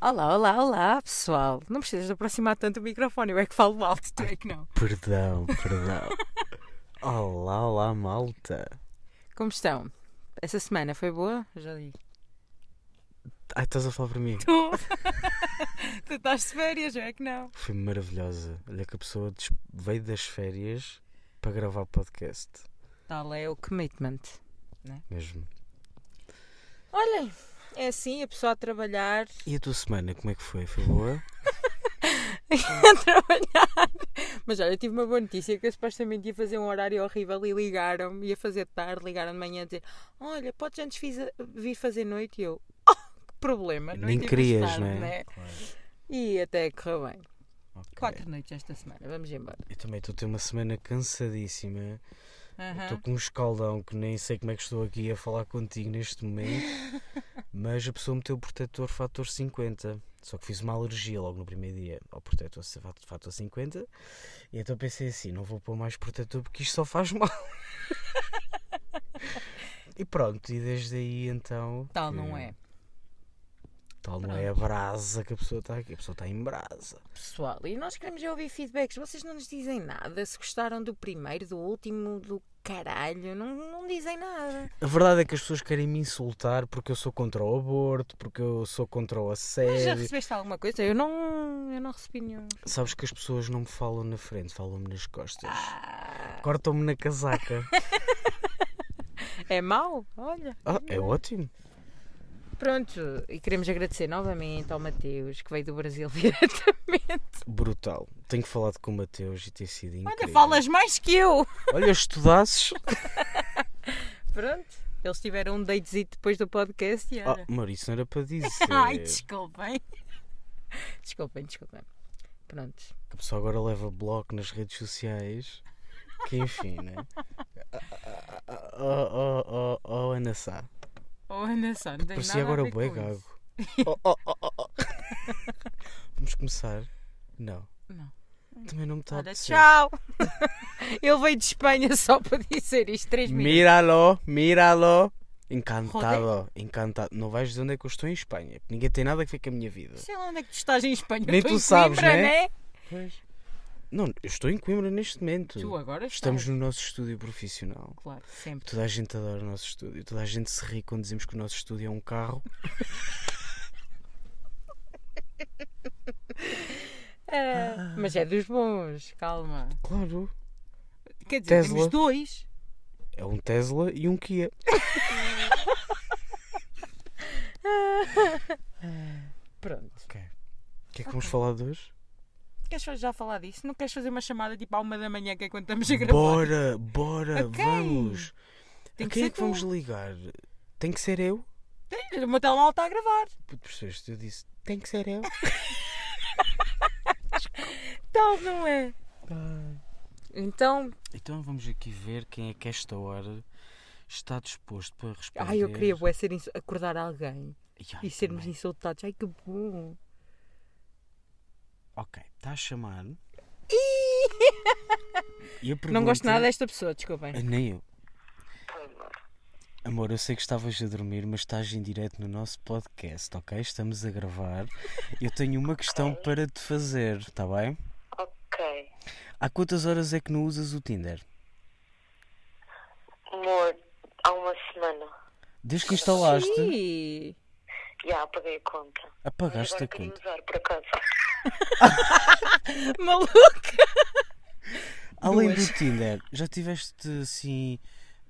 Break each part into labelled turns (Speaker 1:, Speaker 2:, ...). Speaker 1: Olá, olá, olá, pessoal. Não precisas de aproximar tanto o microfone, eu é que falo alto, tu é que não.
Speaker 2: Perdão, perdão. olá, olá, malta.
Speaker 1: Como estão? Essa semana foi boa? Já li.
Speaker 2: Ai, estás a falar para mim?
Speaker 1: Tu? tu estás de férias, eu é que não.
Speaker 2: Foi maravilhosa. Olha que a pessoa des- veio das férias para gravar podcast.
Speaker 1: Tal é o commitment.
Speaker 2: Mesmo.
Speaker 1: Olhem, é assim, a pessoa a trabalhar.
Speaker 2: E a tua semana, como é que foi? Foi boa?
Speaker 1: a trabalhar. Mas olha, eu tive uma boa notícia que eu supostamente ia fazer um horário horrível e ligaram-me, ia fazer tarde, ligaram de manhã a dizer: Olha, podes antes fiz- vir fazer noite? E eu: Oh, que problema, noite
Speaker 2: Nem
Speaker 1: eu fiz
Speaker 2: querias,
Speaker 1: tipo tarde,
Speaker 2: não é?
Speaker 1: né?
Speaker 2: Claro.
Speaker 1: E até correu bem. É.
Speaker 2: Ok.
Speaker 1: Quatro noites esta semana, vamos embora.
Speaker 2: Eu também estou a ter uma semana cansadíssima.
Speaker 1: Aham.
Speaker 2: Estou com um escaldão que nem sei como é que estou aqui a falar contigo neste momento. mas a pessoa meteu o protetor fator 50. Só que fiz uma alergia logo no primeiro dia ao protetor fator- fator 50. E então pensei assim: não vou pôr mais protetor porque isto só faz mal. e pronto, e desde aí então.
Speaker 1: Tal
Speaker 2: que-
Speaker 1: não é.
Speaker 2: Tal não é a brasa que a pessoa está aqui. A pessoa está em brasa.
Speaker 1: Pessoal, e nós queremos já ouvir feedbacks. Vocês não nos dizem nada. Se gostaram do primeiro, do último, do caralho, não, não dizem nada.
Speaker 2: A verdade é que as pessoas querem me insultar porque eu sou contra o aborto, porque eu sou contra o
Speaker 1: Mas já
Speaker 2: assédio.
Speaker 1: recebeste alguma coisa? Eu não, eu não recebi nenhum.
Speaker 2: Sabes que as pessoas não me falam na frente, falam-me nas costas.
Speaker 1: Ah,
Speaker 2: Cortam-me na casaca.
Speaker 1: é mau? Olha.
Speaker 2: Ah, é ótimo.
Speaker 1: Pronto, e queremos agradecer novamente ao Mateus, que veio do Brasil diretamente.
Speaker 2: Brutal. Tenho falado com o Mateus e tem sido incrível.
Speaker 1: Olha, falas mais que eu.
Speaker 2: Olha, estudasses.
Speaker 1: Pronto, eles tiveram um datezito depois do podcast e
Speaker 2: Ah,
Speaker 1: olha.
Speaker 2: Maurício, isso não era para dizer.
Speaker 1: Ai, desculpem. Desculpem, desculpem. Pronto.
Speaker 2: A pessoa agora leva bloco nas redes sociais. Que enfim, né? ah, Oh, oh, oh, oh, Ana Sá.
Speaker 1: Oh, Ana Sá, não tem
Speaker 2: Parecia
Speaker 1: nada a
Speaker 2: agora
Speaker 1: ver
Speaker 2: bué
Speaker 1: com isso.
Speaker 2: gago. Oh, oh, oh, oh, oh. Vamos começar? Não.
Speaker 1: Não.
Speaker 2: Também não me está a
Speaker 1: Olha,
Speaker 2: apetecer.
Speaker 1: tchau! Ele veio de Espanha só para dizer isto, três minutos.
Speaker 2: Míralo, míralo. Encantado, encantado. Não vais dizer onde é que eu estou em Espanha. Ninguém tem nada que ver com a minha vida.
Speaker 1: Sei lá onde é que tu estás em Espanha.
Speaker 2: Nem
Speaker 1: Estou
Speaker 2: tu
Speaker 1: em
Speaker 2: sabes,
Speaker 1: Coimbra,
Speaker 2: né?
Speaker 1: né?
Speaker 2: Pois. Não, eu estou em Coimbra neste momento.
Speaker 1: Tu agora
Speaker 2: Estamos
Speaker 1: estás.
Speaker 2: no nosso estúdio profissional.
Speaker 1: Claro, sempre.
Speaker 2: Toda a gente adora o nosso estúdio. Toda a gente se ri quando dizemos que o nosso estúdio é um carro.
Speaker 1: Ah, mas é dos bons, calma.
Speaker 2: Claro.
Speaker 1: Quer dizer,
Speaker 2: Tesla.
Speaker 1: temos dois.
Speaker 2: É um Tesla e um Kia.
Speaker 1: Pronto.
Speaker 2: O que é que vamos falar de hoje?
Speaker 1: Queres já falar disso? Não queres fazer uma chamada tipo à uma da manhã, que é quando estamos a gravar?
Speaker 2: Bora, bora,
Speaker 1: A quem?
Speaker 2: vamos.
Speaker 1: Tem
Speaker 2: a
Speaker 1: que
Speaker 2: quem é
Speaker 1: ser
Speaker 2: que vamos
Speaker 1: tu.
Speaker 2: ligar? Tem que ser eu?
Speaker 1: Tem, O meu telemóvel está a gravar.
Speaker 2: Puto, percebeste? Eu disse, tem que ser eu.
Speaker 1: Tal não é?
Speaker 2: Ah.
Speaker 1: Então,
Speaker 2: Então vamos aqui ver quem é que esta hora está disposto para responder.
Speaker 1: ai, eu queria bué, ser ins- acordar alguém
Speaker 2: Ai,
Speaker 1: e sermos
Speaker 2: também.
Speaker 1: insultados. Ai, que bom.
Speaker 2: Ok, está a chamar. E a
Speaker 1: Não gosto
Speaker 2: pergunta-
Speaker 1: nada desta pessoa, desculpem.
Speaker 2: Ah, Nem eu. Amor, eu sei que estavas a dormir, mas estás em direto no nosso podcast, ok? Estamos a gravar. Eu tenho uma questão para te fazer, está bem?
Speaker 3: Ok.
Speaker 2: Há quantas horas é que não usas o Tinder?
Speaker 3: Amor, há uma semana.
Speaker 2: Desde que instalaste,
Speaker 1: Ih,
Speaker 3: Já apaguei a conta. Mas
Speaker 2: apagaste
Speaker 3: agora
Speaker 2: a
Speaker 3: queria
Speaker 2: conta.
Speaker 3: usar, por acaso.
Speaker 1: maluca!
Speaker 2: Além do Tinder, já tiveste assim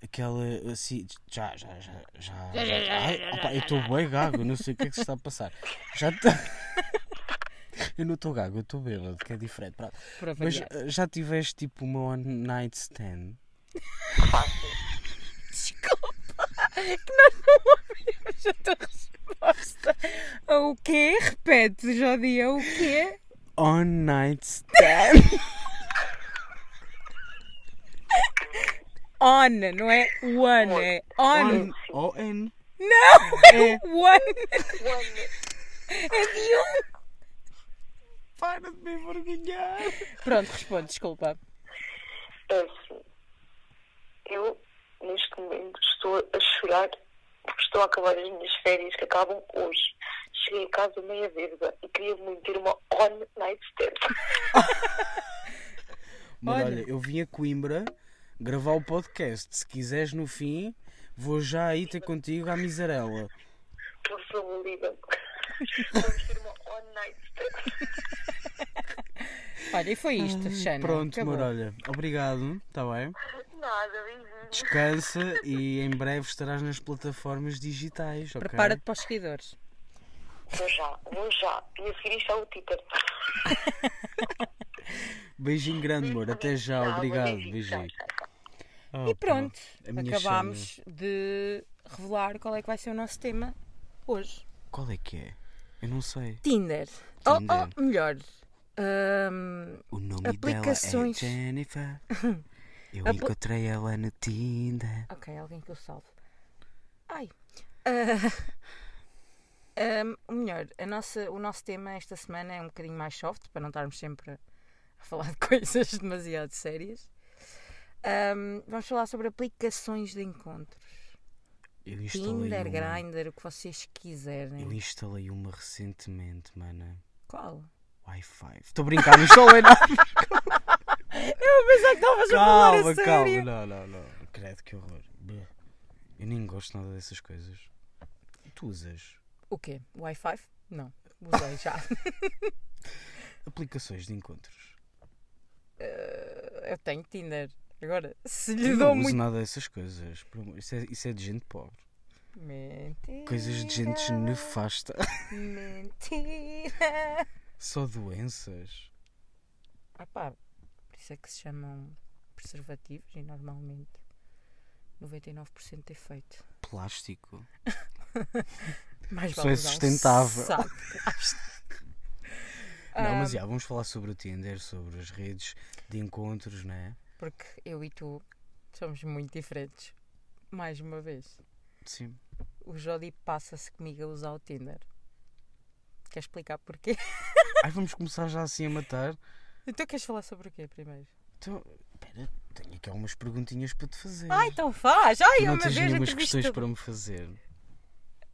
Speaker 2: aquela assim já já já já, Ai, opa, eu estou bem gago, eu não sei o que é que se está a passar. Já te- Eu não estou gago, eu estou bêbado, que é diferente. pronto.
Speaker 1: Para
Speaker 2: Mas
Speaker 1: variar.
Speaker 2: eh, já tiveste tipo uma one night stand?
Speaker 1: Desculpa! Que nós não ouvimos a tua resposta. O quê? Repete, Jodi, é o quê?
Speaker 2: On night stand.
Speaker 1: On, não é one, é on.
Speaker 2: O-N.
Speaker 1: Não, é one.
Speaker 3: One.
Speaker 1: É de um.
Speaker 2: Para de me envergonhar.
Speaker 1: Pronto, responde, desculpa.
Speaker 3: É assim. Eu, neste momento, estou a chorar porque estou a acabar as minhas férias que acabam hoje. cheguei a casa meia vírgula e queria muito ter uma on night stand.
Speaker 2: Mas
Speaker 1: Olha.
Speaker 2: olha, eu vim a Coimbra gravar o podcast. Se quiseres no fim, vou já aí ter contigo à miserela.
Speaker 3: Por favor, liga Vamos ter uma on night stand.
Speaker 1: Olha, e foi isto, Xana.
Speaker 2: Pronto,
Speaker 1: Acabou.
Speaker 2: Marolha. Obrigado, está bem?
Speaker 3: Nada, beijinho.
Speaker 2: Descansa e em breve estarás nas plataformas digitais, ok?
Speaker 1: Prepara-te para os seguidores.
Speaker 3: Vou já, vou já. E a seguir isto é o Twitter.
Speaker 2: Beijinho grande, amor. Até já,
Speaker 3: Tá,
Speaker 2: Ah, obrigado.
Speaker 3: beijinho,
Speaker 2: Beijinho.
Speaker 3: tchau, tchau, tchau.
Speaker 2: Oh,
Speaker 1: E pronto,
Speaker 2: pá, a minha Xana.
Speaker 1: acabámos de revelar qual é que vai ser o nosso tema hoje.
Speaker 2: Qual é que é? Eu não sei.
Speaker 1: Tinder. Ou,
Speaker 2: Tinder.
Speaker 1: ou, melhor, hum,
Speaker 2: O nome
Speaker 1: Aplicações.
Speaker 2: dela é Jennifer. Eu
Speaker 1: Apli-
Speaker 2: encontrei ela no Tinder.
Speaker 1: Ok, alguém que eu salve. Ai. Ah, hum, o melhor, a nossa, o nosso tema esta semana é um bocadinho mais soft, para não estarmos sempre a falar de coisas demasiado sérias. Hum, vamos falar sobre aplicações de encontros.
Speaker 2: Eu
Speaker 1: Tinder,
Speaker 2: instalei uma.
Speaker 1: Grindr, o que vocês quiserem.
Speaker 2: Eu instalei uma recentemente, mana.
Speaker 1: Qual?
Speaker 2: Wi-Fi. Estou a brincar, não instalei nada.
Speaker 1: Eu pensava que estavas
Speaker 2: calma, calma. Não, não, não. Credo, que horror. Bleh. Eu nem gosto nada dessas coisas. Tu usas
Speaker 1: O quê? Wi-Fi? Não, usei já.
Speaker 2: aplicações de encontros.
Speaker 1: Eu tenho Tinder. Agora, se
Speaker 2: Eu
Speaker 1: lhe
Speaker 2: não
Speaker 1: dou
Speaker 2: uso
Speaker 1: muito.
Speaker 2: nada dessas coisas. por amor- Isso é, isso é de gente pobre.
Speaker 1: Mentira.
Speaker 2: Coisas de gente nefasta.
Speaker 1: Mentira.
Speaker 2: Só doenças.
Speaker 1: Ah pá, por isso é que se chamam preservativos e normalmente 99% de efeito.
Speaker 2: Plástico.
Speaker 1: Mais
Speaker 2: Só
Speaker 1: vale
Speaker 2: é
Speaker 1: usar um
Speaker 2: sustentável.
Speaker 1: saco.
Speaker 2: Não, mas
Speaker 1: Ah.
Speaker 2: já, vamos falar sobre o Tinder, sobre as redes de encontros, não é?
Speaker 1: Porque eu e tu somos muito diferentes. Mais uma vez.
Speaker 2: Sim.
Speaker 1: O Jody passa-se comigo a usar o Tinder. Quer explicar porquê?
Speaker 2: Ai, vamos começar já assim a matar.
Speaker 1: Então queres falar sobre o quê primeiro?
Speaker 2: Então, espera, tenho aqui algumas perguntinhas para te fazer.
Speaker 1: Ah, então faz! Ai,
Speaker 2: Tu
Speaker 1: eu
Speaker 2: não
Speaker 1: uma
Speaker 2: tens
Speaker 1: vez
Speaker 2: nenhumas
Speaker 1: entrevistei-
Speaker 2: questões para me fazer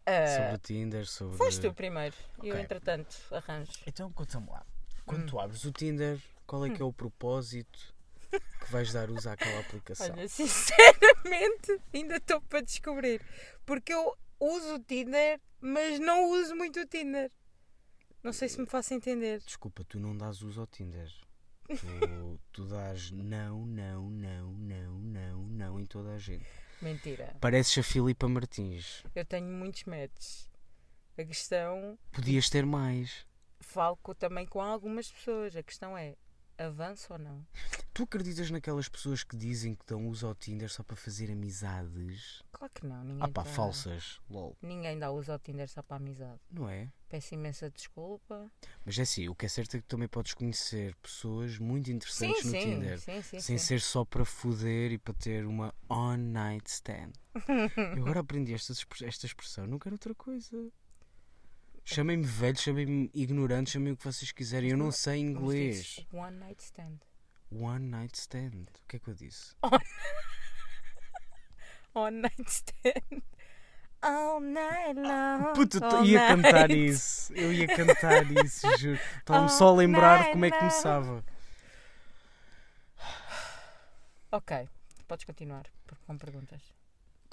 Speaker 2: sobre o Tinder, sobre.
Speaker 1: Ah, Foste tu primeiro. Eu,
Speaker 2: Ok.
Speaker 1: entretanto, arranjo.
Speaker 2: Então conta-me lá. Quando
Speaker 1: Hum.
Speaker 2: tu abres o Tinder, qual é que é o propósito que vais dar uso àquela aplicação?
Speaker 1: Olha, sinceramente, ainda estou para descobrir. Porque eu uso o Tinder, mas não uso muito o Tinder. Não sei se me faço entender.
Speaker 2: Desculpa, tu não dás uso ao Tinder. Tu, tu dás não, não, não, não, não, não em toda a gente.
Speaker 1: Mentira.
Speaker 2: Pareces a Filipa Martins.
Speaker 1: Eu tenho muitos matches. A questão,
Speaker 2: Podias ter mais.
Speaker 1: falo co- também com algumas pessoas. A questão é, avanço ou não?
Speaker 2: Tu acreditas naquelas pessoas que dizem que dão uso ao Tinder só para fazer amizades?
Speaker 1: Claro que não. Ninguém
Speaker 2: Ah pá,
Speaker 1: dá-
Speaker 2: falsas. LOL.
Speaker 1: Ninguém dá uso ao Tinder só para amizade.
Speaker 2: Não é?
Speaker 1: Peço imensa desculpa.
Speaker 2: Mas é assim, o que é certo é que também podes conhecer pessoas muito interessantes no Tinder.
Speaker 1: sim, sim,
Speaker 2: sem
Speaker 1: sim.
Speaker 2: ser só para foder e para ter uma on-night stand. Eu agora aprendi esta, expre- esta expressão, não quero outra coisa. Chamem-me velho, chamem-me ignorante, chamem o que vocês quiserem. Eu não sei
Speaker 1: Como se diz,
Speaker 2: inglês.
Speaker 1: One night stand.
Speaker 2: One-night stand. O que é que eu disse?
Speaker 1: Oh, All night stand. All night long.
Speaker 2: Oh, Puta, Ah, eu
Speaker 1: all
Speaker 2: ia
Speaker 1: night.
Speaker 2: cantar isso. Eu ia cantar isso, juro. Estava-me só a
Speaker 1: All
Speaker 2: lembrar
Speaker 1: night
Speaker 2: como é que
Speaker 1: long.
Speaker 2: começava.
Speaker 1: Ok, podes continuar porque com perguntas.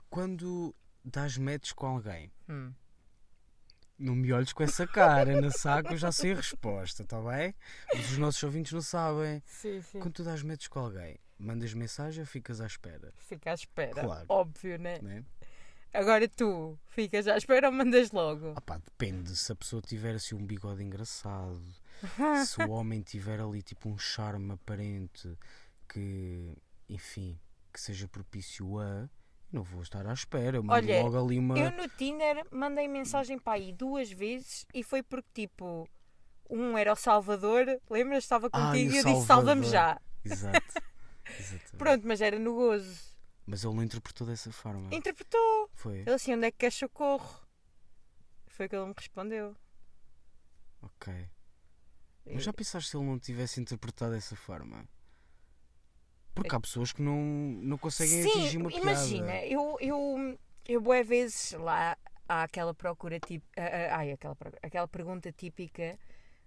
Speaker 2: Quando dás match com alguém,
Speaker 1: Hum.
Speaker 2: não me olhes com essa cara na saco, eu já sei a resposta, está bem? Mas os nossos ouvintes não sabem.
Speaker 1: Sim, sim.
Speaker 2: Quando tu dás medos com alguém, mandas mensagem ou ficas à espera?
Speaker 1: Fica à espera.
Speaker 2: Claro.
Speaker 1: Óbvio, né?
Speaker 2: Né?
Speaker 1: Agora tu ficas à espera ou mandas logo?
Speaker 2: Ah pá, depende se a pessoa tiver assim um bigode engraçado, se o homem tiver ali tipo um charme aparente que, enfim, que seja propício a. Não vou estar à espera, eu mando
Speaker 1: Olha,
Speaker 2: logo ali uma.
Speaker 1: Eu no Tinder mandei mensagem para aí duas vezes e foi porque tipo. Um era o Salvador, lembras? Estava
Speaker 2: Ah,
Speaker 1: contigo
Speaker 2: e o
Speaker 1: e eu disse salva-me
Speaker 2: Salvador."
Speaker 1: já.
Speaker 2: Exato. Exatamente.
Speaker 1: Pronto, mas era no gozo.
Speaker 2: Mas ele não interpretou dessa forma.
Speaker 1: Interpretou.
Speaker 2: Foi.
Speaker 1: Ele assim, onde é que queres socorro? Foi o que ele me respondeu.
Speaker 2: Ok.
Speaker 1: É
Speaker 2: Mas já pensaste se ele não tivesse interpretado dessa forma?
Speaker 1: É
Speaker 2: Porque há pessoas que não, não conseguem atingir uma piada.
Speaker 1: imagina, eu, eu, eu boé vezes lá há aquela procura tipo, ah, ah, ai, aquela, procura- aquela pergunta típica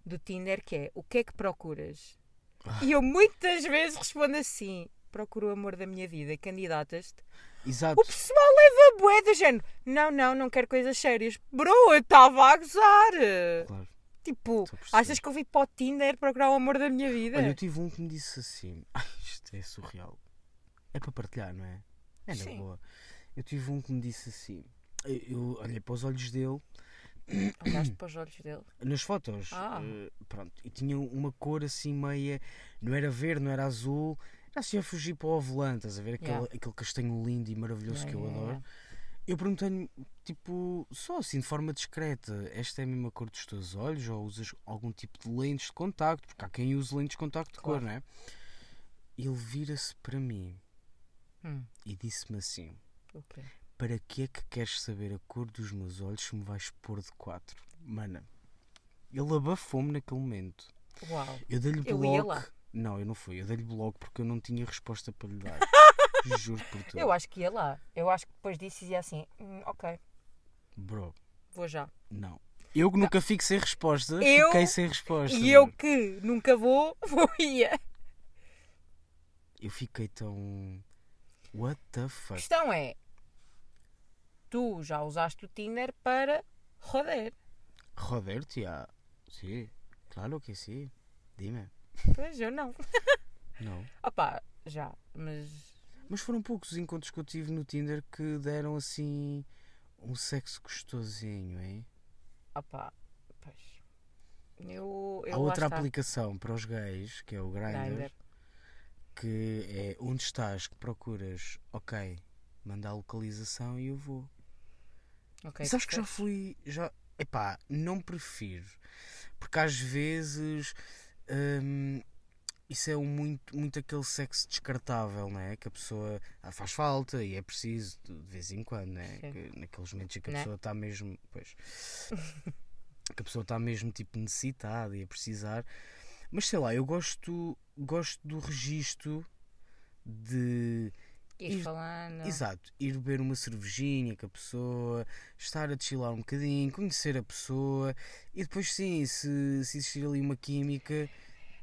Speaker 1: do Tinder que é o que é que procuras?
Speaker 2: Ah.
Speaker 1: E eu muitas vezes respondo assim: procuro o amor da minha vida, candidatas-te.
Speaker 2: Exato.
Speaker 1: O pessoal leva bué do género. Não, não, não quero coisas sérias. Bro, eu estava a gozar.
Speaker 2: Claro.
Speaker 1: Tipo,
Speaker 2: Estou a perceber.
Speaker 1: achas que eu vim para o Tinder procurar o amor da minha vida?
Speaker 2: Olha, eu tive um que me disse assim: Ai, isto é surreal. É para partilhar, não é? É na
Speaker 1: Sim.
Speaker 2: boa. Eu tive um que me disse assim: eu, eu olhei para os olhos dele,
Speaker 1: Olhaste para os olhos dele.
Speaker 2: nas fotos,
Speaker 1: Ah.
Speaker 2: eh, pronto, e tinha uma cor assim meia, não era verde, não era azul, era assim a fugir para o volante, estás a ver? Aquele,
Speaker 1: Yeah.
Speaker 2: aquele castanho lindo e maravilhoso
Speaker 1: Yeah,
Speaker 2: que eu
Speaker 1: yeah,
Speaker 2: adoro.
Speaker 1: yeah.
Speaker 2: Eu perguntei-lhe, tipo, só assim, de forma discreta, esta é a mesma cor dos teus olhos ou usas algum tipo de lentes de contacto? Porque há quem use lentes de contacto de cor,
Speaker 1: Claro.
Speaker 2: não é? Ele vira-se para mim
Speaker 1: Hum.
Speaker 2: e disse-me assim:
Speaker 1: Ok.
Speaker 2: Para que é que queres saber a cor dos meus olhos se me vais pôr de quatro? Mana, ele abafou-me naquele momento.
Speaker 1: Uau.
Speaker 2: Eu dei-lhe
Speaker 1: Eu ia
Speaker 2: bloco.
Speaker 1: lá.
Speaker 2: Não, eu não fui. Eu dei-lhe bloco porque eu não tinha resposta para lhe dar. Juro por tudo.
Speaker 1: Eu acho que ia lá. Eu acho que depois disso dizia assim: "Hum, ok,
Speaker 2: Bro,
Speaker 1: vou já.
Speaker 2: não. Eu que nunca fico sem resposta,
Speaker 1: Eu-
Speaker 2: fiquei sem resposta.
Speaker 1: E eu
Speaker 2: mano.
Speaker 1: que nunca vou, vou ia.
Speaker 2: Eu fiquei tão. What the
Speaker 1: A
Speaker 2: fuck?
Speaker 1: questão é: tu já usaste o Tinder para roder.
Speaker 2: Roberto, já. Sim, claro que sim. Dime.
Speaker 1: Pois eu não.
Speaker 2: Não.
Speaker 1: Opa, já, mas.
Speaker 2: Mas foram poucos os encontros que eu tive no Tinder que deram assim. Um sexo gostosinho, hein?
Speaker 1: Opa, pois. Eu. eu
Speaker 2: Há
Speaker 1: lá
Speaker 2: outra
Speaker 1: está.
Speaker 2: aplicação para os gays, que é o Grindr.
Speaker 1: Grindr.
Speaker 2: que é onde estás, que procuras, ok, manda a localização e eu vou.
Speaker 1: Ok,
Speaker 2: e sabes que já fui, já, epá, não prefiro, porque às vezes hum, isso é um muito, muito aquele sexo descartável, não é? Que a pessoa ah, faz falta e é preciso de de vez em quando, não é?
Speaker 1: Sim.
Speaker 2: Que- naqueles momentos em que a
Speaker 1: Né?
Speaker 2: pessoa está mesmo, pois, que a pessoa está mesmo tipo necessitada e a precisar, mas sei lá, eu gosto, gosto do registro de
Speaker 1: Ias
Speaker 2: Is-
Speaker 1: falando.
Speaker 2: Exato, ir beber uma cervejinha com a pessoa, estar a chilar um bocadinho, conhecer a pessoa e depois, sim, se, se existir ali uma química,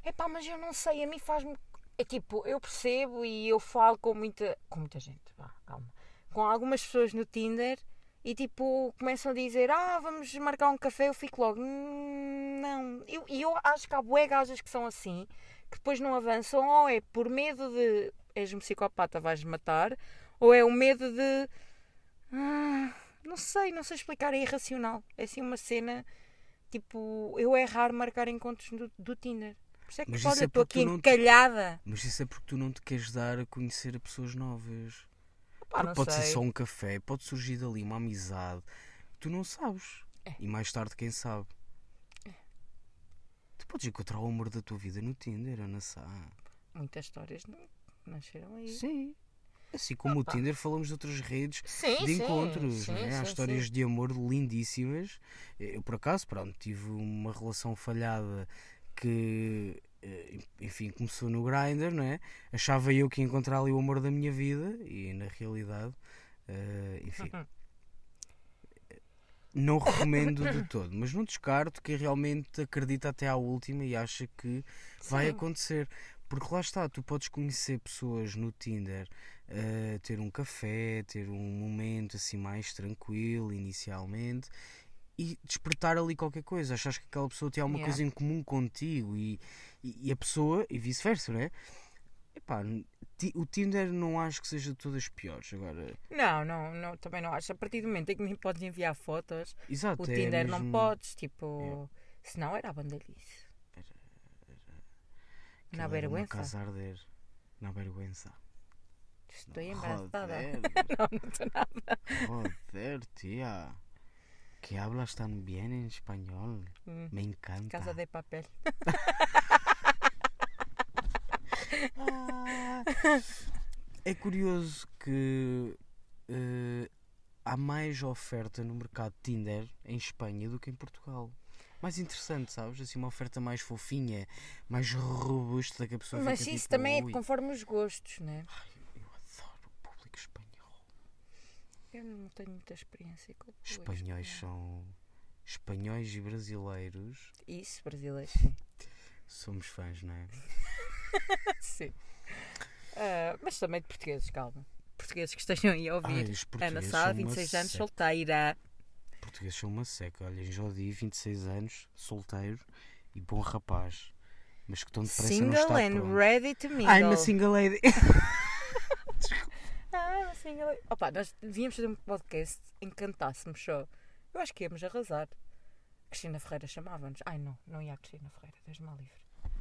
Speaker 1: Epá, mas eu não sei, a mim faz-me. É tipo, eu percebo e eu falo com muita. com muita gente, vá, calma. Com algumas pessoas no Tinder e tipo, começam a dizer: Ah, vamos marcar um café, eu fico logo. "Hum, Não. Eu- E eu, acho que há bué gajas que são assim, que depois não avançam, ou é por medo de. és um psicopata, vais-me matar, ou é o medo de. "Ah, não sei, não sei explicar, é irracional. É assim uma cena. Tipo, eu é raro marcar encontros do, do Tinder. Por isso é
Speaker 2: Mas
Speaker 1: que,
Speaker 2: isso
Speaker 1: olha,
Speaker 2: é
Speaker 1: estou
Speaker 2: porque
Speaker 1: aqui
Speaker 2: tu não te-
Speaker 1: encalhada.
Speaker 2: mas isso é porque tu não te queres dar a conhecer a pessoas novas.
Speaker 1: Pá, não
Speaker 2: Porque pode
Speaker 1: sei.
Speaker 2: ser só um café, pode surgir dali uma amizade que tu não sabes.
Speaker 1: É.
Speaker 2: E mais tarde, quem sabe? Tu podes encontrar o amor da tua vida no Tinder, Ana Sá.
Speaker 1: Muitas histórias não nasceram aí.
Speaker 2: Sim. Assim como o Tinder, falamos de outras redes
Speaker 1: Sim,
Speaker 2: de
Speaker 1: sim,
Speaker 2: encontros,
Speaker 1: sim,
Speaker 2: não é? há
Speaker 1: sim,
Speaker 2: histórias
Speaker 1: sim.
Speaker 2: de amor lindíssimas. Eu, por acaso, pronto, tive uma relação falhada que, eh, enfim, começou no Grindr, não é? Achava eu que ia encontrar ali o amor da minha vida e, na realidade, eh, enfim. Não recomendo de todo, mas não descarto quem realmente acredita até à última e acha que vai
Speaker 1: Sim.
Speaker 2: acontecer. Porque lá está, tu podes conhecer pessoas no Tinder, eh, ter um café, ter um momento assim mais tranquilo inicialmente e despertar ali qualquer coisa. Achas que aquela pessoa tem alguma
Speaker 1: Yeah.
Speaker 2: coisa em comum contigo e, e, e a pessoa, e vice-versa, não é? Epá, ti- o Tinder não acho que seja de todas piores. Agora,
Speaker 1: Não, não, não, também não acho. A partir do momento em que nem podes enviar fotos,
Speaker 2: exato,
Speaker 1: o
Speaker 2: é
Speaker 1: Tinder não
Speaker 2: mesmo- É.
Speaker 1: podes, tipo. Senão era a bandalhice. Na
Speaker 2: Aquilo era uma
Speaker 1: vergüenza.
Speaker 2: casa a arder. Na vergüenza.
Speaker 1: Estou embaraçada.
Speaker 2: é. não, não estou nada. Joder, tia. Que hablas tan bien en español.
Speaker 1: Hum.
Speaker 2: Me encanta.
Speaker 1: Casa de papel.
Speaker 2: Ah. É curioso que eh, há mais oferta no mercado Tinder em Espanha do que em Portugal. Mais interessante, sabes? Assim, uma oferta mais fofinha, mais robusta que a pessoa
Speaker 1: Mas
Speaker 2: fica
Speaker 1: isso
Speaker 2: tipo,
Speaker 1: também é
Speaker 2: "Ui,
Speaker 1: conforme os gostos, né?
Speaker 2: Eu adoro o público espanhol.
Speaker 1: Eu não tenho muita experiência com né? o público
Speaker 2: Espanhóis
Speaker 1: é.
Speaker 2: são. Espanhóis e brasileiros
Speaker 1: Isso, brasileiro, sim.
Speaker 2: somos fãs, não é?
Speaker 1: sim. Ah, mas também de portugueses, calma. Portugueses que estejam aí a
Speaker 2: Ai,
Speaker 1: ouvir.
Speaker 2: os
Speaker 1: Ana
Speaker 2: Ah, portugueses
Speaker 1: Sá,
Speaker 2: são uma
Speaker 1: 26 anos,
Speaker 2: seca.
Speaker 1: solteira.
Speaker 2: Portugueses são uma seca. Olha, Jodi, 26 anos, solteiro e bom rapaz. Mas que tão depressa não
Speaker 1: Single
Speaker 2: está
Speaker 1: and
Speaker 2: pronto.
Speaker 1: ready to mingle.
Speaker 2: I'm a single lady.
Speaker 1: Ah, uma single. Opa, nós devíamos fazer um podcast em que cantássemos só. Eu acho que íamos arrasar. Cristina Ferreira chamava-nos. Ai não, não ia a Cristina Ferreira, Deus me livre.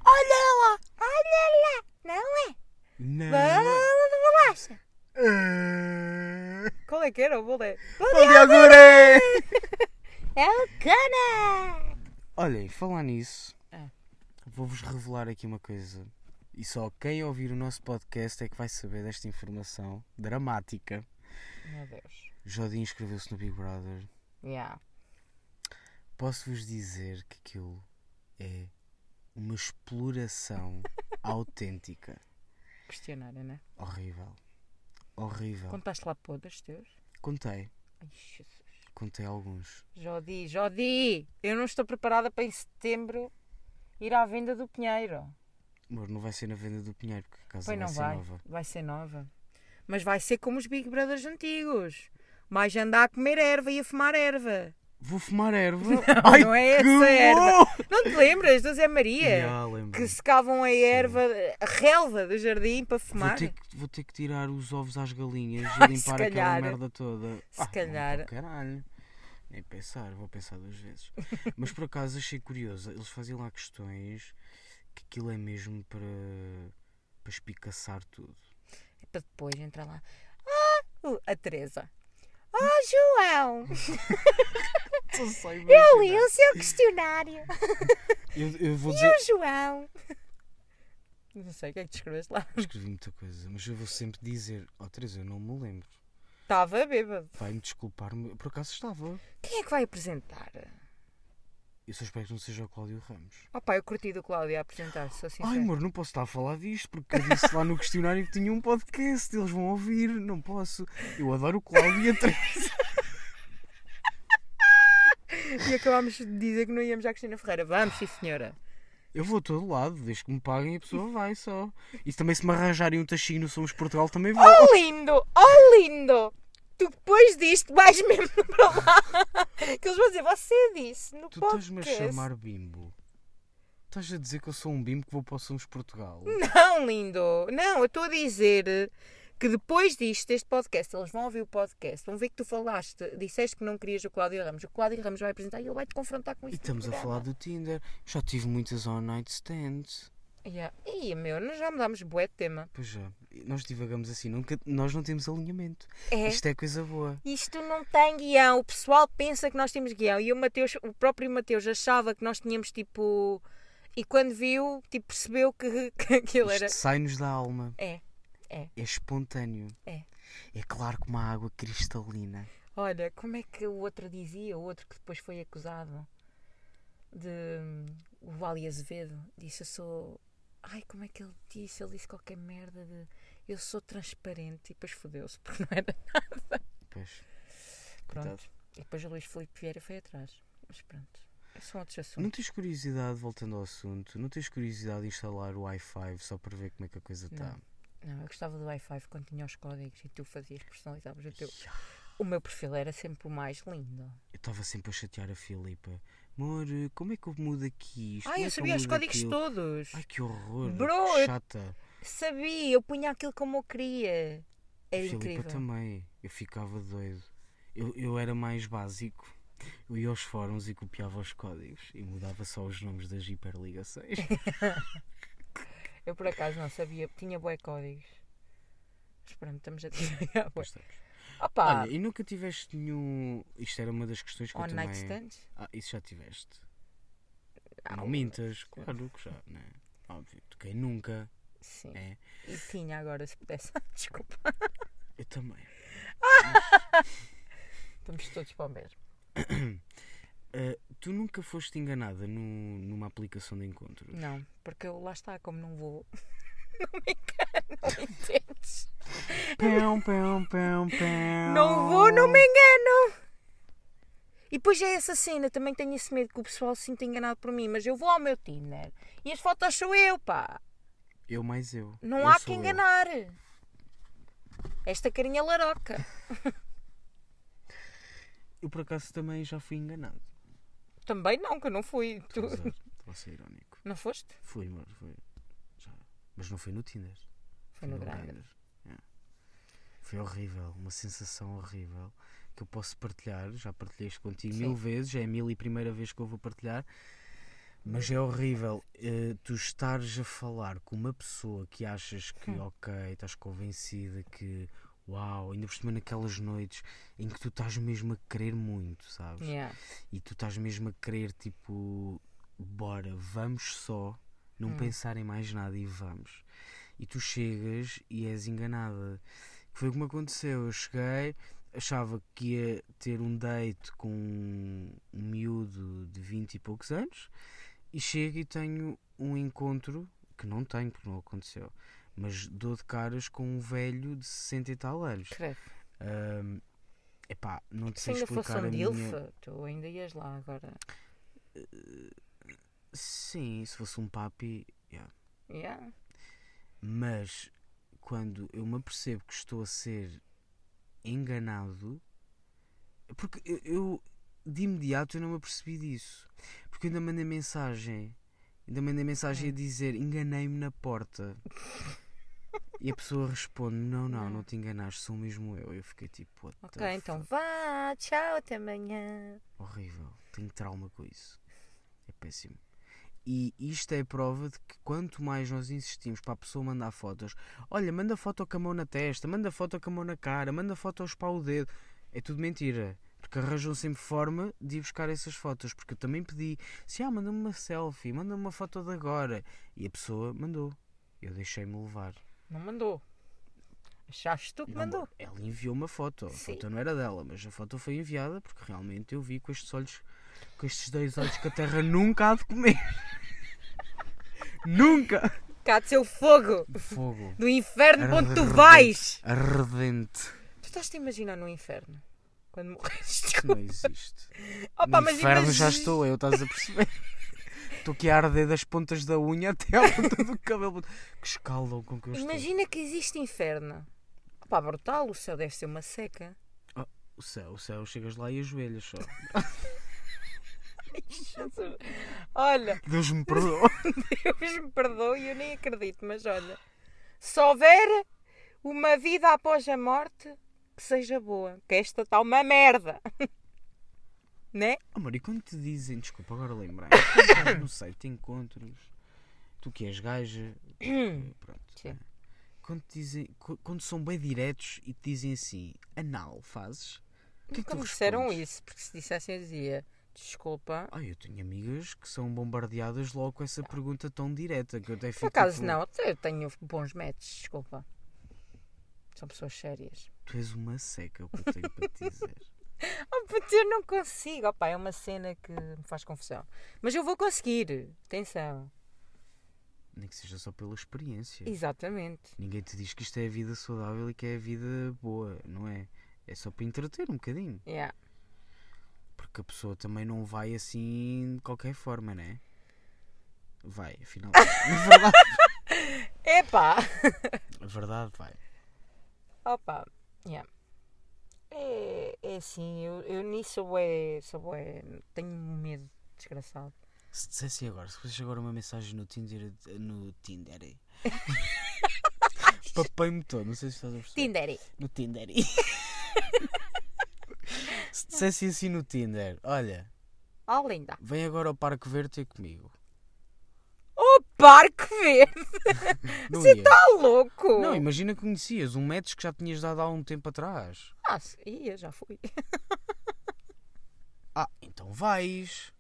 Speaker 1: Olha ela! Olha ela! Não é?
Speaker 2: Não.
Speaker 1: Bala de bolacha!
Speaker 2: Ah.
Speaker 1: Qual é que era o bolé?
Speaker 2: Onde agora?
Speaker 1: É o cana!
Speaker 2: Olhem, falar nisso,
Speaker 1: Ah.
Speaker 2: vou-vos revelar aqui uma coisa. E só quem ouvir o nosso podcast é que vai saber desta informação dramática.
Speaker 1: Meu Deus.
Speaker 2: Jodim inscreveu-se no Big Brother.
Speaker 1: Yeah.
Speaker 2: Posso-vos dizer que aquilo é uma exploração autêntica.
Speaker 1: Questionária, né?
Speaker 2: Horrível. Horrível.
Speaker 1: Contaste lá podres teus?
Speaker 2: Contei.
Speaker 1: Ai, Jesus.
Speaker 2: Contei alguns.
Speaker 1: Jodi, Jodi! Eu não estou preparada para em setembro ir à venda do Pinheiro.
Speaker 2: Mas não vai ser na venda do Pinheiro, porque a casa
Speaker 1: Pois
Speaker 2: vai
Speaker 1: não
Speaker 2: ser assim
Speaker 1: vai.
Speaker 2: nova.
Speaker 1: Vai ser nova. Mas vai ser como os Big Brothers antigos. Mais andar a comer erva e a fumar erva.
Speaker 2: Vou fumar erva. Não,
Speaker 1: não é essa erva. Não te lembras da Zé Maria? Que secavam a erva, a relva do jardim para
Speaker 2: Vou
Speaker 1: fumar?
Speaker 2: ter, que, vou ter que tirar os ovos às galinhas e
Speaker 1: Ai,
Speaker 2: limpar
Speaker 1: se
Speaker 2: aquela
Speaker 1: calhar.
Speaker 2: merda toda. Ah,
Speaker 1: Se calhar.
Speaker 2: não, caralho. Nem pensar, vou pensar duas vezes. Mas por acaso achei curioso, eles faziam lá questões que aquilo é mesmo para, para espicaçar tudo.
Speaker 1: E Para depois entrar lá. Ah, uh, a Teresa. Oh, João! Eu li o seu questionário.
Speaker 2: Eu, eu vou dizer.
Speaker 1: Oh, João! Não sei o que é que te escreveste lá.
Speaker 2: Escrevi muita coisa, mas eu vou sempre dizer: Ó Teresa, eu não me lembro.
Speaker 1: Estava bêbado.
Speaker 2: Vai-me desculpar, -me. por acaso estava.
Speaker 1: Quem é que vai apresentar?
Speaker 2: Eu só espero que não seja o Cláudio Ramos.
Speaker 1: Opa, eu curti do Cláudio a apresentar, sou sincera.
Speaker 2: Ai, amor, não posso estar a falar disto porque eu disse lá no questionário que tinha um podcast, eles vão ouvir, não posso. Eu adoro o Cláudio e a Teresa.
Speaker 1: E acabámos de dizer que não íamos à Cristina Ferreira. Vamos, sim, senhora.
Speaker 2: Eu vou a todo lado, desde que me paguem a pessoa vai só. E também se me arranjarem um tachinho no Somos Portugal também vou.
Speaker 1: Oh, lindo! Oh, lindo! Tu depois disto vais mesmo para lá. Que eles vão dizer, você disse no
Speaker 2: tu
Speaker 1: Oh, podcast.
Speaker 2: estás-me a chamar bimbo. Estás a dizer que eu sou um bimbo que vou para o Somos Portugal.
Speaker 1: Não, lindo! Não, eu estou a dizer que depois disto, deste podcast, eles vão ouvir o podcast, vão ver que tu falaste, disseste que não querias o Cláudio Ramos. O Cláudio Ramos vai apresentar e ele vai te confrontar com
Speaker 2: E
Speaker 1: isso. no
Speaker 2: estamos a
Speaker 1: programa.
Speaker 2: falar do Tinder. Já tive muitas all-night stands.
Speaker 1: Yeah. Ih, meu, nós já mudámos bué de tema.
Speaker 2: Pois já, nós divagamos assim, nunca, nós não temos alinhamento.
Speaker 1: É.
Speaker 2: Isto é coisa boa.
Speaker 1: Isto não tem guião. O pessoal pensa que nós temos guião. E o Mateus, o próprio Mateus achava que nós tínhamos tipo. E quando viu, tipo, percebeu que, que aquilo era.
Speaker 2: Isto sai-nos da alma.
Speaker 1: É, é.
Speaker 2: É espontâneo.
Speaker 1: É.
Speaker 2: É claro como uma água cristalina.
Speaker 1: Olha, como é que o outro dizia, o outro que depois foi acusado de hum, o Vale Azevedo, disse eu sou. Ai, como é que ele disse? Ele disse qualquer merda de eu sou transparente e depois fodeu-se porque não era.
Speaker 2: Pois.
Speaker 1: Pronto.
Speaker 2: Coitado.
Speaker 1: E depois o Luís Filipe Vieira foi atrás. Mas pronto. São outros assuntos.
Speaker 2: Não tens curiosidade, voltando ao assunto, não tens curiosidade de instalar o i5 só para ver como é que a coisa está?
Speaker 1: Não, eu gostava do i5 quando tinha os códigos e tu fazias, personalizavas o teu. O meu perfil era sempre o mais lindo.
Speaker 2: Eu estava sempre a chatear a Filipa. Amor, como é que eu mudo aqui isto?
Speaker 1: Ah,
Speaker 2: Como é
Speaker 1: eu
Speaker 2: que
Speaker 1: sabia os
Speaker 2: mudo
Speaker 1: códigos
Speaker 2: aquilo?"
Speaker 1: todos.
Speaker 2: Ai, que horror.
Speaker 1: Bro,
Speaker 2: que
Speaker 1: eu-
Speaker 2: chata.
Speaker 1: Sabia, eu punha aquilo como eu queria. Era
Speaker 2: Filipa
Speaker 1: É incrível.
Speaker 2: também. Eu ficava doido. Eu, eu era mais básico. Eu ia aos fóruns e copiava os códigos e mudava só os nomes das hiperligações.
Speaker 1: Eu por acaso não sabia, tinha bué códigos. Mas pronto, estamos a desviar bué. Opa,
Speaker 2: tá. Olha, e nunca tiveste nenhum. Isto era uma das questões que eu
Speaker 1: on
Speaker 2: também.
Speaker 1: night stands?
Speaker 2: Ah, isso já tiveste.
Speaker 1: Ah,
Speaker 2: não mintas, claro que já, né? Óbvio, toquei nunca.
Speaker 1: Sim.
Speaker 2: É.
Speaker 1: E tinha agora, se pudesse. Desculpa.
Speaker 2: Eu também.
Speaker 1: Estamos todos para o mesmo.
Speaker 2: Ah, tu nunca foste enganada no- numa aplicação de encontros?
Speaker 1: Não, porque eu lá está, como não vou. não entendes?
Speaker 2: Pão, pão, pão, pão.
Speaker 1: Não vou, não me engano. E depois é essa cena, também tenho esse medo que o pessoal se sinta enganado por mim, mas eu vou ao meu Tinder e as fotos sou eu, pá.
Speaker 2: Eu mais eu.
Speaker 1: Não
Speaker 2: Eu
Speaker 1: há
Speaker 2: sou
Speaker 1: que
Speaker 2: eu.
Speaker 1: enganar. Esta carinha laroca.
Speaker 2: Eu por acaso também já fui enganado.
Speaker 1: Também não, que eu não fui. Tu
Speaker 2: Estou a usar, estou a ser irónico.
Speaker 1: não foste?
Speaker 2: Fui, mas foi. Já. Mas não foi no Tinder.
Speaker 1: Foi no grande.
Speaker 2: Grindr. É. Foi horrível, uma sensação horrível que eu posso partilhar. Já partilhei isto contigo mil vezes, já é a mil e primeira vez que eu vou partilhar. Mas é horrível eh, tu estares a falar com uma pessoa que achas
Speaker 1: Hum.
Speaker 2: que, ok, estás convencida que, uau, ainda por cima naquelas noites em que tu estás mesmo a querer muito, sabes?
Speaker 1: Yeah.
Speaker 2: E tu estás mesmo a querer, tipo, bora, vamos só, não
Speaker 1: Hum.
Speaker 2: pensar em mais nada e vamos. E tu chegas e és enganada. Que Foi o que me aconteceu. Eu cheguei, achava que ia ter um date com um miúdo de 20 e poucos anos e chego e tenho um encontro que não tenho, porque não aconteceu. Mas dou de caras com um velho de 60 e tal anos.
Speaker 1: Credo.
Speaker 2: Ahm, epá, não te
Speaker 1: Se
Speaker 2: sei
Speaker 1: ainda fosse
Speaker 2: explicar
Speaker 1: um
Speaker 2: a
Speaker 1: DILF,
Speaker 2: minha...
Speaker 1: tu ainda ias lá agora.
Speaker 2: Sim, se fosse um papi, yeah.
Speaker 1: Yeah.
Speaker 2: mas quando eu me apercebo que estou a ser enganado, porque eu, eu, de imediato eu não me apercebi disso, porque eu ainda mandei mensagem, ainda mandei mensagem
Speaker 1: Hum.
Speaker 2: a dizer enganei-me na porta. E a pessoa responde: Não, não, não te enganaste, sou mesmo eu. Eu fiquei tipo: What
Speaker 1: Hum. Ok,
Speaker 2: the
Speaker 1: então vá, tchau, até amanhã.
Speaker 2: Horrível. Tenho trauma com isso. É péssimo. E isto é a prova de que quanto mais nós insistimos para a pessoa mandar fotos, olha, manda foto com a mão na testa, manda foto com a mão na cara, manda fotos para o dedo, é tudo mentira. Porque arranjam sempre forma de ir buscar essas fotos. Porque eu também pedi, se ah, manda-me uma selfie, manda-me uma foto de agora. E a pessoa mandou. Eu deixei-me levar.
Speaker 1: Não mandou. Achaste tu que
Speaker 2: Não,
Speaker 1: mandou?
Speaker 2: Ela enviou uma foto. A
Speaker 1: Sim.
Speaker 2: foto não era dela, mas a foto foi enviada porque realmente eu vi com estes olhos, com estes dois olhos que a terra nunca há de comer. nunca!
Speaker 1: Cá de seu fogo!
Speaker 2: Fogo.
Speaker 1: Do inferno para onde tu vais!
Speaker 2: Ardente.
Speaker 1: Tu estás-te a imaginar no inferno? Quando morreste?
Speaker 2: Não existe.
Speaker 1: Opa,
Speaker 2: no
Speaker 1: mas
Speaker 2: inferno
Speaker 1: imagina-
Speaker 2: já estou é eu, estás a perceber? Estou aqui a arder das pontas da unha até à ponta do cabelo. Que escalam com que eu estou.
Speaker 1: Imagina que existe inferno. Opa, brutal, o céu deve ser uma seca.
Speaker 2: O céu, o céu, chegas lá e ajoelhas só.
Speaker 1: Olha,
Speaker 2: Deus me perdoa.
Speaker 1: Deus me perdoe, eu nem acredito, mas olha. Se houver uma vida após a morte, que seja boa. Que esta está uma merda. Né?
Speaker 2: Amor, e quando te dizem, desculpa, agora lembrei, quando estás no site de encontros, tu que és gaja, pronto.
Speaker 1: Sim.
Speaker 2: né? Quando, te dizem, qu- quando são bem diretos e te dizem assim, anal, fazes? O que é que
Speaker 1: Nunca
Speaker 2: tu
Speaker 1: me disseram
Speaker 2: respondes?
Speaker 1: isso, porque se dissessem eu dizia desculpa.
Speaker 2: Ah, eu tenho amigas que são bombardeadas logo com essa pergunta tão direta que eu até fico.
Speaker 1: Por acaso
Speaker 2: tipo,
Speaker 1: não, eu tenho bons métodos, desculpa. São pessoas sérias.
Speaker 2: Tu és uma seca, é o que eu tenho para te dizer.
Speaker 1: Oh, puto, eu não consigo. Opa, é uma cena que me faz confusão. Mas eu vou conseguir. Atenção.
Speaker 2: Nem que seja só pela experiência.
Speaker 1: Exatamente.
Speaker 2: Ninguém te diz que isto é a vida saudável e que é a vida boa, não é? É só para entreter um bocadinho.
Speaker 1: Yeah.
Speaker 2: Porque a pessoa também não vai assim de qualquer forma, né? Vai, afinal. Na verdade,
Speaker 1: Epá!
Speaker 2: na É verdade vai.
Speaker 1: Opa! Yeah. É, é assim, eu, eu nisso sou bué, sou bué, tenho um medo desgraçado.
Speaker 2: Se dissesse agora, se fosse agora uma mensagem no Tinder. No Tinder. Papei-me todo, não sei se estás a perceber.
Speaker 1: Tinderi!
Speaker 2: No Tinder. se dissesse assim no Tinder, olha,
Speaker 1: Oh, linda!
Speaker 2: vem agora ao Parque Verde ter comigo.
Speaker 1: O Parque Verde!
Speaker 2: Não
Speaker 1: Você
Speaker 2: ia.
Speaker 1: está Tá louco!
Speaker 2: Não, imagina que conhecias um match que já tinhas dado há um tempo atrás.
Speaker 1: Ah, se- ia, já fui.
Speaker 2: Ah, então vais.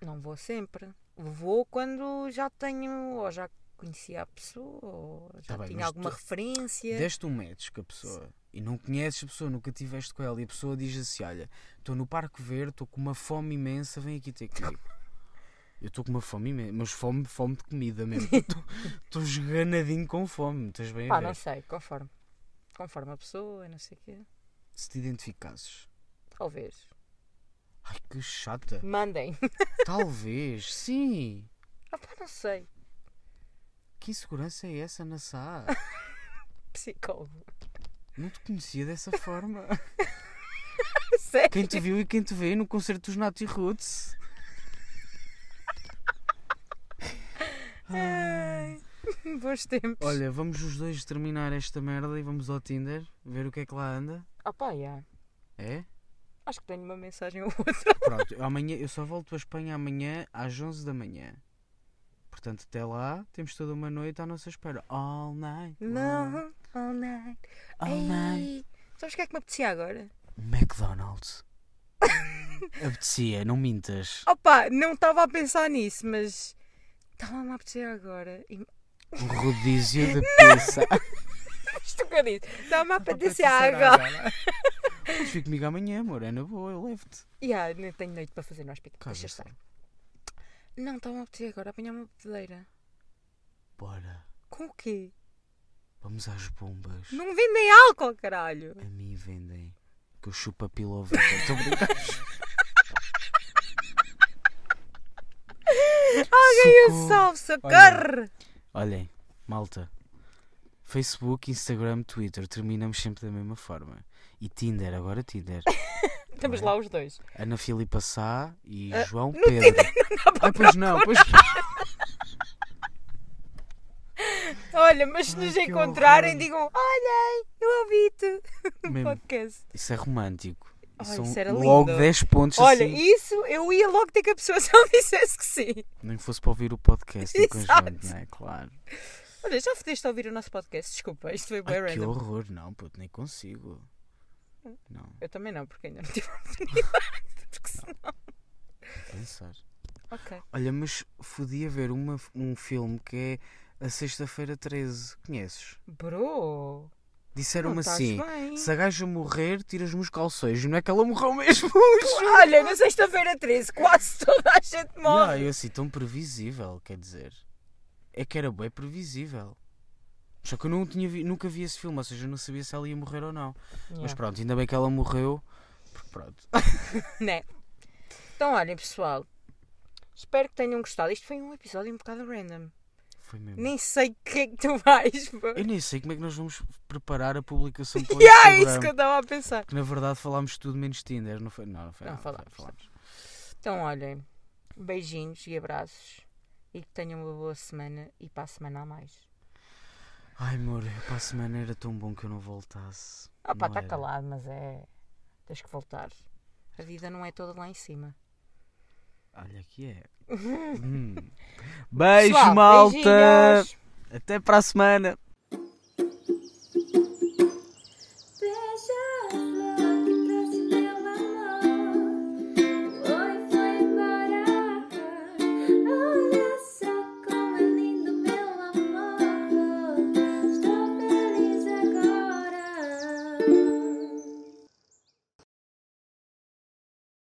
Speaker 1: Não vou sempre. Vou quando já tenho, ou já conhecia a pessoa, ou já
Speaker 2: Tá bem,
Speaker 1: tinha
Speaker 2: mas
Speaker 1: alguma
Speaker 2: tu-
Speaker 1: referência.
Speaker 2: Deste um match com a pessoa e não conheces a pessoa, nunca tiveste com ela e a pessoa diz assim: Olha, estou no Parque Verde, estou com uma fome imensa, vem aqui ter comigo. Eu estou com uma fome imensa, mas fome, fome de comida mesmo. Estou esganadinho com fome, estás bem a
Speaker 1: Pá,
Speaker 2: ver?
Speaker 1: não sei, conforme. Conforme a pessoa, não sei o quê.
Speaker 2: Se te identificasses.
Speaker 1: Talvez.
Speaker 2: Ai, que chata.
Speaker 1: Mandem.
Speaker 2: Talvez, sim.
Speaker 1: Ah, pá, não sei.
Speaker 2: Que insegurança é essa, Nassá?
Speaker 1: Psicólogo.
Speaker 2: Não te conhecia dessa forma.
Speaker 1: Sério?
Speaker 2: Quem te viu e quem te vê no concerto dos Nati Roots.
Speaker 1: Bons tempos.
Speaker 2: Olha, vamos os dois terminar esta merda e vamos ao Tinder ver o que é que lá anda.
Speaker 1: Ah, pá, já.
Speaker 2: É?
Speaker 1: Acho que tenho uma mensagem ou outra.
Speaker 2: Pronto, eu amanhã eu só volto a Espanha amanhã às 11 da manhã. Portanto, até lá, temos toda uma noite à nossa espera. All night. long,
Speaker 1: Não, all night.
Speaker 2: All night.
Speaker 1: Ei, Sabes o que é que me apetecia agora?
Speaker 2: McDonald's. Apetecia, não mintas.
Speaker 1: Opa, Ah, não estava a pensar nisso, mas estava-me a apetecer agora. E- Oh.
Speaker 2: Um rodízio de pizza.
Speaker 1: Isto que eu disse, estava-me a apetecer agora.
Speaker 2: Mas Fica comigo amanhã, amor. É na boa, eu levo-te.
Speaker 1: Ya, não tenho noite para fazer no hospital.
Speaker 2: Casa
Speaker 1: Deixa
Speaker 2: só.
Speaker 1: estar. Não, estava-me a apetecer agora, apanhar uma bebedeira.
Speaker 2: Bora,
Speaker 1: Com o quê?
Speaker 2: vamos às bombas.
Speaker 1: Não vendem álcool, caralho.
Speaker 2: A mim vendem que eu chupo a pila ao vento. Estou a brincar.
Speaker 1: Alguém é
Speaker 2: Socorro.
Speaker 1: o salve, socorro.
Speaker 2: Olhem, malta. Facebook, Instagram, Twitter, terminamos sempre da mesma forma. E Tinder, agora Tinder.
Speaker 1: Estamos lá os dois.
Speaker 2: Ana Filipa Sá e João
Speaker 1: no
Speaker 2: Pedro. ah, pois não, pois
Speaker 1: Olha, mas se
Speaker 2: Ai,
Speaker 1: nos
Speaker 2: que
Speaker 1: encontrarem,
Speaker 2: horror.
Speaker 1: digam: Olhem, eu ouvi-te no
Speaker 2: Mesmo.
Speaker 1: podcast.
Speaker 2: Isso é romântico.
Speaker 1: Ai,
Speaker 2: São
Speaker 1: isso era
Speaker 2: logo
Speaker 1: lindo.
Speaker 2: 10 pontos
Speaker 1: Olha,
Speaker 2: assim.
Speaker 1: isso eu ia logo ter que a pessoa só dissesse que sim.
Speaker 2: Nem fosse para ouvir o podcast em
Speaker 1: Exato.
Speaker 2: conjunto, não é? Claro.
Speaker 1: Olha, já fodeste a ouvir o nosso podcast? Desculpa, isto foi bem
Speaker 2: Ai, que
Speaker 1: random. Hum.
Speaker 2: horror, não, puto, nem consigo. Não,
Speaker 1: Eu também não, porque ainda não tive.
Speaker 2: pensar.
Speaker 1: Ok.
Speaker 2: Olha, mas podia ver uma, um filme que é A Sexta-feira 13. Conheces?
Speaker 1: Bro,
Speaker 2: Disseram-me
Speaker 1: não estás
Speaker 2: assim:
Speaker 1: bem.
Speaker 2: se a gaja morrer, tiras-me os calções. Não é que ela morreu mesmo?
Speaker 1: Olha, na sexta-feira 13, quase toda a gente
Speaker 2: Não,
Speaker 1: morre.
Speaker 2: eu assim, tão previsível, quer dizer. É que era bem previsível. Só que eu não tinha vi- nunca vi esse filme, ou seja, eu não sabia se ela ia morrer ou não. Mas
Speaker 1: Yeah.
Speaker 2: pronto, ainda bem que ela morreu. porque Pronto.
Speaker 1: Né? Então, olhem, pessoal. Espero que tenham gostado. Isto foi um episódio um bocado random.
Speaker 2: Foi mesmo.
Speaker 1: Nem sei o que é que tu vais. bro.
Speaker 2: Eu nem sei como é que nós vamos preparar a publicação para o
Speaker 1: Yeah, é isso
Speaker 2: Instagram.
Speaker 1: que eu estava a pensar.
Speaker 2: Que na verdade falámos tudo menos Tinder, não foi? Não, não foi
Speaker 1: Não,
Speaker 2: nada,
Speaker 1: falámos,
Speaker 2: foi-
Speaker 1: Então, olhem, beijinhos e abraços. E que tenham uma boa semana e para a semana a mais.
Speaker 2: Ai, amor, eu para a semana era tão bom que eu não voltasse.
Speaker 1: Ah pá,
Speaker 2: Não
Speaker 1: está
Speaker 2: era.
Speaker 1: calado, mas é. Tens que voltar. A vida não é toda lá em cima.
Speaker 2: Olha que é. Hum. Beijo,
Speaker 1: Pessoal,
Speaker 2: malta.
Speaker 1: beijinhos.
Speaker 2: Até para a semana.